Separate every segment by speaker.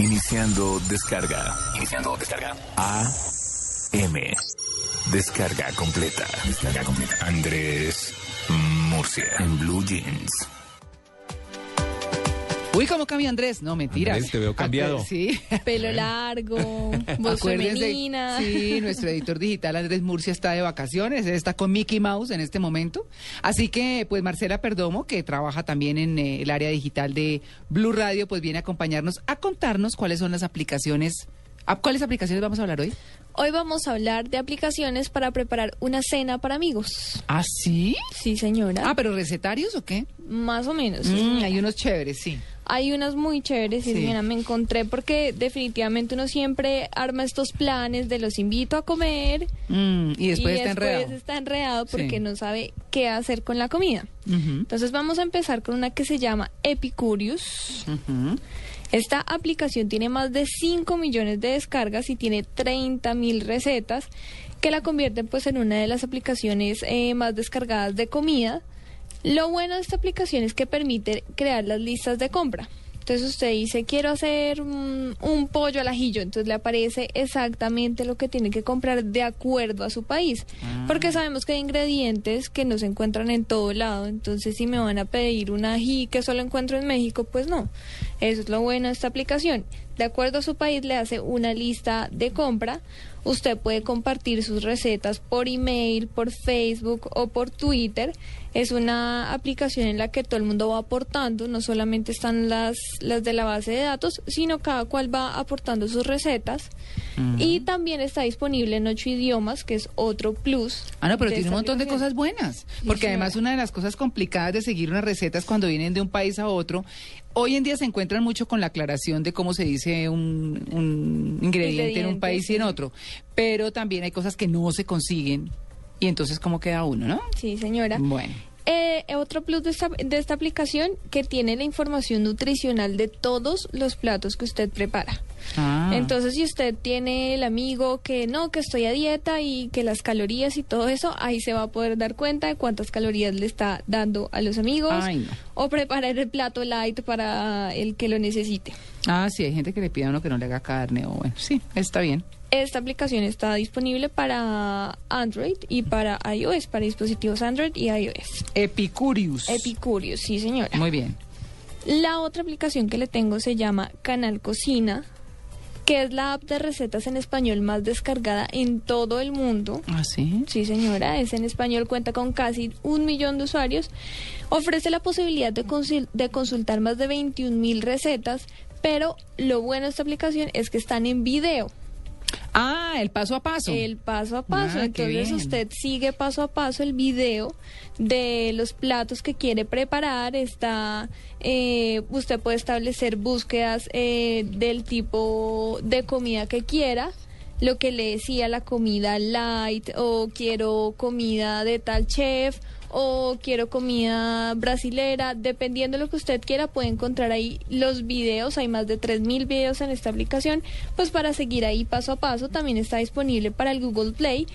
Speaker 1: Iniciando descarga. Iniciando descarga. A M. Descarga completa. Descarga completa. Andrés Murcia en Blue Jeans.
Speaker 2: Uy, ¿cómo cambia Andrés? No, mentira.
Speaker 3: Andrés, te veo cambiado.
Speaker 2: Acu- Sí.
Speaker 4: Pelo largo, voz
Speaker 2: Acuérdense,
Speaker 4: femenina.
Speaker 2: sí, nuestro editor digital Andrés Murcia está de vacaciones, él está con Mickey Mouse en este momento. Así que, pues Marcela Perdomo, que trabaja también en eh, el área digital de Blue Radio, pues viene a acompañarnos a contarnos cuáles son las aplicaciones. ¿A cuáles aplicaciones vamos a hablar hoy?
Speaker 4: Hoy vamos a hablar de aplicaciones para preparar una cena para amigos.
Speaker 2: ¿Ah, sí?
Speaker 4: Sí, señora.
Speaker 2: Ah, pero recetarios o qué?
Speaker 4: Más o menos.
Speaker 2: Mm, hay unos chéveres, sí.
Speaker 4: Hay unas muy chéveres, sí,
Speaker 2: Sí.
Speaker 4: señora, me encontré porque definitivamente uno siempre arma estos planes de los invito a comer
Speaker 2: Mm, y después
Speaker 4: y
Speaker 2: está
Speaker 4: después
Speaker 2: enredado.
Speaker 4: está enredado porque
Speaker 2: Sí.
Speaker 4: no sabe qué hacer con la comida.
Speaker 2: Ujú,
Speaker 4: Entonces vamos a empezar con una que se llama Epicurious.
Speaker 2: ujú.
Speaker 4: Esta aplicación tiene más de 5 millones de descargas y tiene 30 mil recetas que la convierten pues en una de las aplicaciones eh, más descargadas de comida. Lo bueno de esta aplicación es que permite crear las listas de compra. Entonces usted dice, quiero hacer mm, un pollo al ajillo, entonces le aparece exactamente lo que tiene que comprar de acuerdo a su país, porque sabemos que hay ingredientes que no se encuentran en todo lado, entonces si me van a pedir un ají que solo encuentro en México, pues no. Eso es lo bueno de esta aplicación. De acuerdo a su país le hace una lista de compra. Usted puede compartir sus recetas por email, por Facebook o por Twitter. Es una aplicación en la que todo el mundo va aportando, no solamente están las, las de la base de datos, sino cada cual va aportando sus recetas. Y también está disponible en ocho idiomas, que es otro plus.
Speaker 2: Ah, no, pero
Speaker 4: de
Speaker 2: tiene un
Speaker 4: esta
Speaker 2: montón de
Speaker 4: aplicación.
Speaker 2: cosas buenas. Porque
Speaker 4: señora.
Speaker 2: además una de las cosas complicadas de seguir unas recetas cuando vienen de un país a otro, hoy en día se encuentran mucho con la aclaración de cómo se dice un, un ingrediente, en un
Speaker 4: Ingrediente,
Speaker 2: país y en
Speaker 4: sí.
Speaker 2: otro. Pero también hay cosas que no se consiguen. Y entonces, ¿cómo queda uno, no?
Speaker 4: Sí, señora.
Speaker 2: Bueno.
Speaker 4: Eh, otro plus de esta, de esta aplicación que tiene la información nutricional de todos los platos que usted prepara.
Speaker 2: Ah.
Speaker 4: Entonces, si usted tiene el amigo que no, que estoy a dieta y que las calorías y todo eso, ahí se va a poder dar cuenta de cuántas calorías le está dando a los amigos
Speaker 2: Ay, no.
Speaker 4: o preparar el plato light para el que lo necesite.
Speaker 2: Ah, sí, hay gente que le pide a uno que no le haga carne o bueno, sí, está bien.
Speaker 4: Esta aplicación está disponible para Android y para iOS, para dispositivos Android y iOS.
Speaker 2: Epicurious.
Speaker 4: Epicurious, sí señora.
Speaker 2: Muy bien.
Speaker 4: La otra aplicación que le tengo se llama Canal Cocina, que es la app de recetas en español más descargada en todo el mundo.
Speaker 2: Ah, sí.
Speaker 4: Sí, señora, es en español, cuenta con casi un millón de usuarios. Ofrece la posibilidad de, consul- de consultar más de 21 mil recetas, pero lo bueno de esta aplicación es que están en video.
Speaker 2: Ah, el paso a paso.
Speaker 4: El paso a paso.
Speaker 2: Ah, qué
Speaker 4: Entonces
Speaker 2: bien.
Speaker 4: usted sigue paso a paso el video de los platos que quiere preparar. Está, eh, usted puede establecer búsquedas eh, del tipo de comida que quiera. Lo que le decía la comida light o quiero comida de tal chef o quiero comida brasilera, dependiendo de lo que usted quiera, puede encontrar ahí los videos, hay más de 3.000 videos en esta aplicación, pues para seguir ahí paso a paso, también está disponible para el Google Play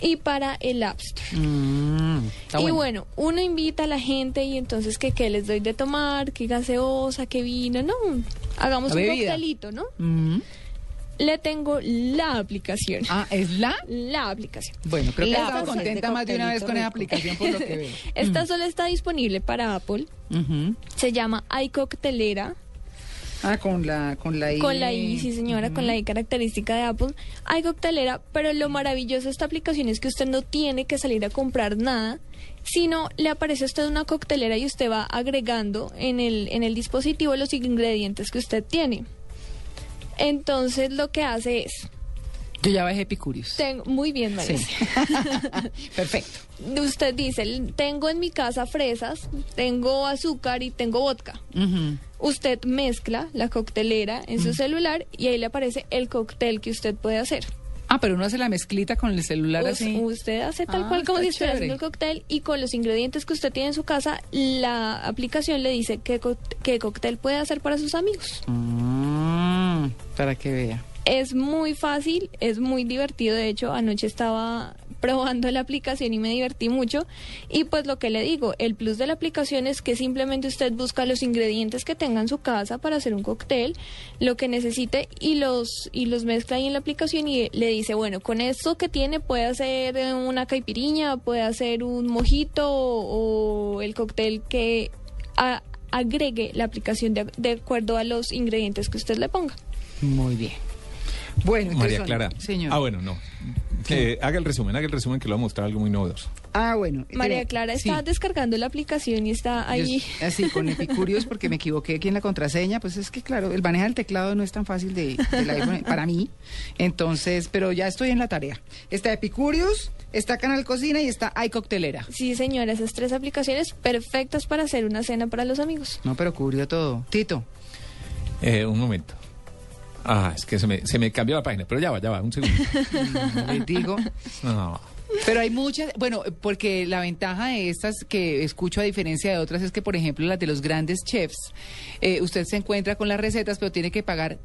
Speaker 4: y para el App Store.
Speaker 2: Mm, está
Speaker 4: Y
Speaker 2: bueno.
Speaker 4: bueno, uno invita a la gente y entonces que qué les doy de tomar, qué gaseosa, qué vino, no, hagamos
Speaker 2: La
Speaker 4: un
Speaker 2: bebida.
Speaker 4: coctelito, ¿no?
Speaker 2: Mm.
Speaker 4: Le tengo la aplicación.
Speaker 2: Ah, es la
Speaker 4: La aplicación.
Speaker 2: Bueno, creo que
Speaker 4: La
Speaker 2: está
Speaker 4: aplicación de
Speaker 2: contenta más de una vez con esa aplicación por lo que veo.
Speaker 4: este Esta solo está disponible para Apple.
Speaker 2: Ujú.
Speaker 4: Se llama iCoctelera.
Speaker 2: Ah, con la con la I.
Speaker 4: Con la
Speaker 2: Eh,
Speaker 4: I, sí señora, con la I característica de Apple. Hay coctelera, pero lo maravilloso de esta aplicación es que usted no tiene que salir a comprar nada, sino le aparece a usted una coctelera y usted va agregando en el, en el dispositivo los ingredientes que usted tiene. Entonces lo que hace es,
Speaker 2: Yo ya bajé Picurios.
Speaker 4: Tengo- muy bien, María.
Speaker 2: Sí. Perfecto.
Speaker 4: Usted dice, tengo en mi casa fresas, tengo azúcar y tengo vodka.
Speaker 2: Ujú.
Speaker 4: Usted mezcla la coctelera en
Speaker 2: Mm.
Speaker 4: su celular y ahí le aparece el cóctel que usted puede hacer.
Speaker 2: Ah, pero uno hace la mezclita con el celular
Speaker 4: Us-
Speaker 2: así.
Speaker 4: Usted hace tal
Speaker 2: Ah,
Speaker 4: cual como
Speaker 2: está
Speaker 4: si estuviera
Speaker 2: chévere.
Speaker 4: haciendo el cóctel y con los ingredientes que usted tiene en su casa, la aplicación le dice qué, co- qué cóctel puede hacer para sus amigos.
Speaker 2: Mm, para que vea.
Speaker 4: Es muy fácil, es muy divertido. De hecho, anoche estaba probando la aplicación y me divertí mucho. Y pues lo que le digo, el plus de la aplicación es que simplemente usted busca los ingredientes que tenga en su casa para hacer un cóctel, lo que necesite y los y los mezcla ahí en la aplicación y le dice, bueno, con esto que tiene puede hacer eh, una caipiriña, puede hacer un mojito o, o el cóctel que a- agregue la aplicación de, de acuerdo a los ingredientes que usted le ponga.
Speaker 2: Muy bien. Bueno,
Speaker 3: María
Speaker 2: entonces,
Speaker 3: Clara.
Speaker 2: Señor.
Speaker 3: Ah, bueno, no. Que haga el resumen, haga el resumen que lo va a mostrar algo muy novedoso.
Speaker 2: Ah, bueno.
Speaker 4: María
Speaker 2: pero-
Speaker 4: Clara
Speaker 2: sí.
Speaker 4: está descargando la aplicación y está
Speaker 2: Yo
Speaker 4: ahí.
Speaker 2: s- Así, con Epicurios, porque me equivoqué aquí en la contraseña. Pues es que, claro, el manejar el teclado no es tan fácil de, del iPhone para mí. Entonces, pero ya estoy en la tarea. Está Epicurios, está Canal Cocina y está iCoctelera.
Speaker 4: Sí, señora, esas tres aplicaciones perfectas para hacer una cena para los amigos.
Speaker 2: No, pero cubrió todo. Tito.
Speaker 3: Eh, un momento. Ah, es que se me, se me cambió la página, pero ya va, ya va, un segundo.
Speaker 2: Les mm, digo.
Speaker 3: No.
Speaker 2: Pero hay muchas, bueno, porque la ventaja de estas que escucho a diferencia de otras es que, por ejemplo, las de los grandes chefs, eh, usted se encuentra con las recetas, pero tiene que pagar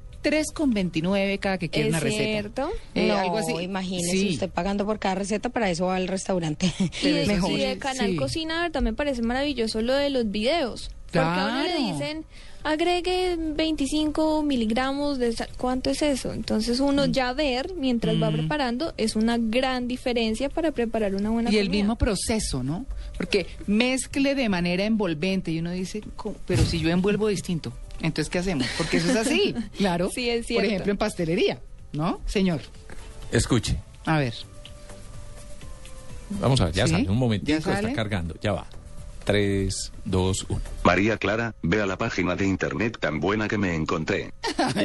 Speaker 2: 3,29 cada que quiere
Speaker 4: ¿Es
Speaker 2: una receta.
Speaker 4: cierto?
Speaker 2: Eh,
Speaker 5: no,
Speaker 2: algo así.
Speaker 5: imagínese
Speaker 2: Sí.
Speaker 5: usted pagando por cada receta, para eso va al restaurante.
Speaker 4: Y de,
Speaker 5: Mejor.
Speaker 4: y de Canal
Speaker 2: sí.
Speaker 4: Cocina, verdad, me parece maravilloso lo de los videos. Porque a uno le
Speaker 2: Claro.
Speaker 4: dicen, agregue 25 miligramos de... sal". ¿Cuánto es eso? Entonces uno
Speaker 2: Mm.
Speaker 4: ya ver, mientras va preparando, es una gran diferencia para preparar una buena
Speaker 2: Y el
Speaker 4: comida.
Speaker 2: mismo proceso, ¿no? Porque mezcle de manera envolvente y uno dice, "Co- pero si yo envuelvo distinto, entonces ¿qué hacemos? Porque eso es así, claro.
Speaker 4: Sí, es cierto.
Speaker 2: Por ejemplo, en pastelería, ¿no? Señor,
Speaker 3: Escuche.
Speaker 2: a ver.
Speaker 3: Vamos a ver, ya
Speaker 2: ¿Sí?
Speaker 3: sale, un
Speaker 2: ¿Ya
Speaker 3: momentico,
Speaker 2: sale?
Speaker 3: está cargando, ya va. 3, 2, 1.
Speaker 6: María Clara, vea la página de internet tan buena que me encontré.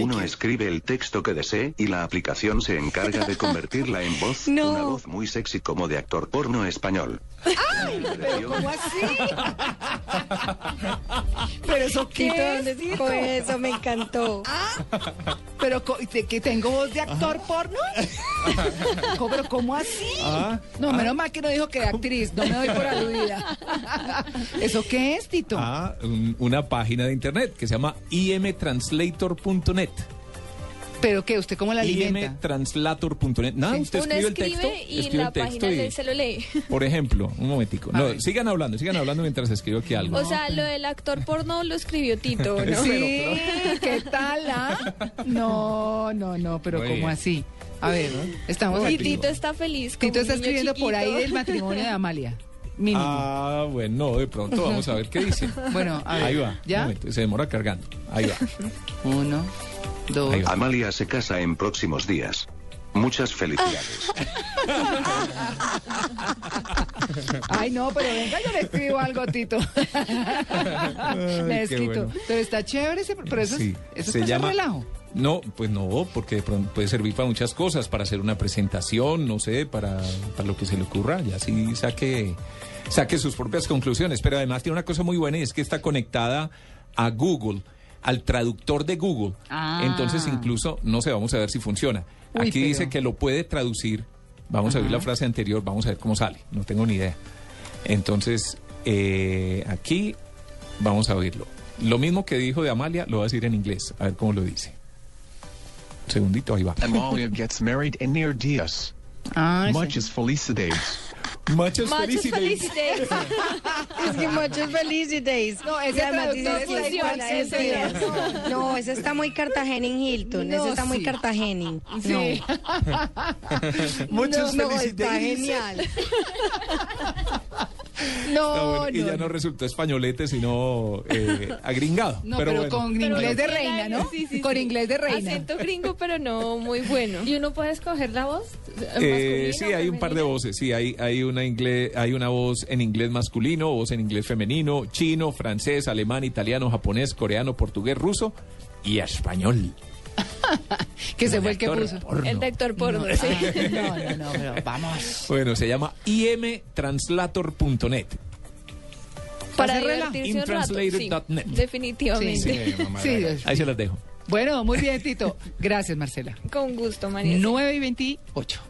Speaker 6: Uno escribe el texto que desee y la aplicación se encarga de convertirla en voz,
Speaker 5: No.
Speaker 6: una voz muy sexy como de actor porno español.
Speaker 2: Pero eso
Speaker 5: Tito, ¿dónde dijo eso? Me encantó.
Speaker 2: Pero co- te- que tengo voz de actor porno. Co- pero ¿cómo así? no, menos mal que no dijo que de actriz, no me doy por aludida. ¿Eso qué es, Tito?
Speaker 3: Ah, un- una página de internet que se llama imtranslator.net.
Speaker 2: ¿Pero qué? ¿Usted cómo la alimenta?
Speaker 3: imtranslator.net. Nada,
Speaker 2: Sí.
Speaker 3: usted
Speaker 4: Uno
Speaker 3: escribe el
Speaker 4: escribe
Speaker 3: texto,
Speaker 4: y
Speaker 3: escribe
Speaker 4: la
Speaker 3: el texto
Speaker 4: página
Speaker 3: y-
Speaker 4: se lo lee.
Speaker 3: Por ejemplo, un momentico.
Speaker 2: A
Speaker 3: No,
Speaker 2: ver.
Speaker 3: sigan hablando, sigan hablando mientras escribo aquí algo.
Speaker 4: O sea, lo del actor porno lo escribió Tito, ¿no?
Speaker 2: sí, ¿qué tal, ah? No, no, no, pero
Speaker 3: Muy
Speaker 2: ¿cómo
Speaker 3: bien.
Speaker 2: así? A ver, estamos
Speaker 4: Y
Speaker 2: aquí.
Speaker 4: Tito está feliz. como
Speaker 2: Ah, Tito
Speaker 4: un
Speaker 2: está
Speaker 4: niño
Speaker 2: escribiendo por ahí
Speaker 4: chiquito.
Speaker 2: del matrimonio de Amalia. Mínimo.
Speaker 3: Ah, bueno, de pronto vamos a ver qué dice.
Speaker 2: Bueno, a ver.
Speaker 3: Ah, Ahí va.
Speaker 2: ¿Ya?
Speaker 3: Un momento, se demora cargando. Ahí va.
Speaker 2: Uno, dos.
Speaker 3: Ahí va.
Speaker 6: Amalia se casa en próximos días. Muchas felicidades.
Speaker 2: Ay, no, pero venga, yo le escribo algo, Tito. le
Speaker 3: qué
Speaker 2: escribo.
Speaker 3: bueno.
Speaker 2: Pero está chévere, ese, pero eso,
Speaker 3: Sí,
Speaker 2: es, eso es pasar relajo.
Speaker 3: No, pues no, porque de pronto puede servir para muchas cosas, para hacer una presentación, no sé, para, para lo que se le ocurra, y así saque, saque sus propias conclusiones. Pero además tiene una cosa muy buena y es que está conectada a Google, al traductor de Google.
Speaker 2: Ah.
Speaker 3: Entonces incluso, no sé, vamos a ver si funciona.
Speaker 2: Uy,
Speaker 3: Aquí dice
Speaker 2: pero-
Speaker 3: que lo puede traducir. Vamos a abrir la frase anterior, vamos a ver cómo sale. No tengo ni idea. Entonces, eh, aquí vamos a oírlo. Lo mismo que dijo de Amalia, lo va a decir en inglés. A ver cómo lo dice. Un segundito, ahí va.
Speaker 7: Amalia gets married in near Dias.
Speaker 2: Ah,
Speaker 7: Muchas felicidades.
Speaker 3: Muchas
Speaker 4: Machos felicidades.
Speaker 5: Es que muchas felicidades.
Speaker 2: No, ese
Speaker 5: Y además
Speaker 2: traductor
Speaker 5: dice que
Speaker 2: está igual,
Speaker 5: es igual
Speaker 2: sí,
Speaker 5: a el
Speaker 2: señor.
Speaker 5: día. No, ese está muy Cartagenin Hilton.
Speaker 2: No,
Speaker 5: ese está muy
Speaker 2: sí.
Speaker 5: Cartagenin.
Speaker 2: Sí.
Speaker 3: Muchas
Speaker 5: no, no, está
Speaker 3: felicidades.
Speaker 5: genial.
Speaker 2: No,
Speaker 3: Ah,
Speaker 2: no,
Speaker 3: bueno, y ya no resultó españolete, sino eh, agringado.
Speaker 2: No, pero,
Speaker 3: bueno.
Speaker 2: con
Speaker 4: Pero
Speaker 2: inglés de
Speaker 4: sí,
Speaker 2: reina, ¿no?
Speaker 4: sí, sí,
Speaker 2: con
Speaker 4: sí.
Speaker 2: inglés de reina.
Speaker 4: Acento gringo, pero no muy bueno.
Speaker 8: ¿Y uno puede escoger la voz?
Speaker 3: Eh, sí, hay un par de voces. Sí, hay, hay, una inglés, hay una voz en inglés masculino, voz en inglés femenino, chino, francés, alemán, italiano, japonés, coreano, portugués, ruso y español.
Speaker 2: que se
Speaker 3: de
Speaker 2: fue el que
Speaker 3: actor
Speaker 2: puso.
Speaker 3: porno.
Speaker 4: El de actor porno,
Speaker 2: No,
Speaker 4: sí.
Speaker 2: ay, no, no, no, pero vamos.
Speaker 3: Bueno, se llama imtranslator.net.
Speaker 4: Para
Speaker 2: Hace rela.
Speaker 4: divertirse un rato. sí,
Speaker 3: Intranslated.net.
Speaker 4: definitivamente.
Speaker 2: Sí. Sí, Dios.
Speaker 3: Ahí se las dejo.
Speaker 2: Bueno, muy bien, Tito. Gracias, Marcela.
Speaker 4: Con gusto, María.
Speaker 2: 9 y 28.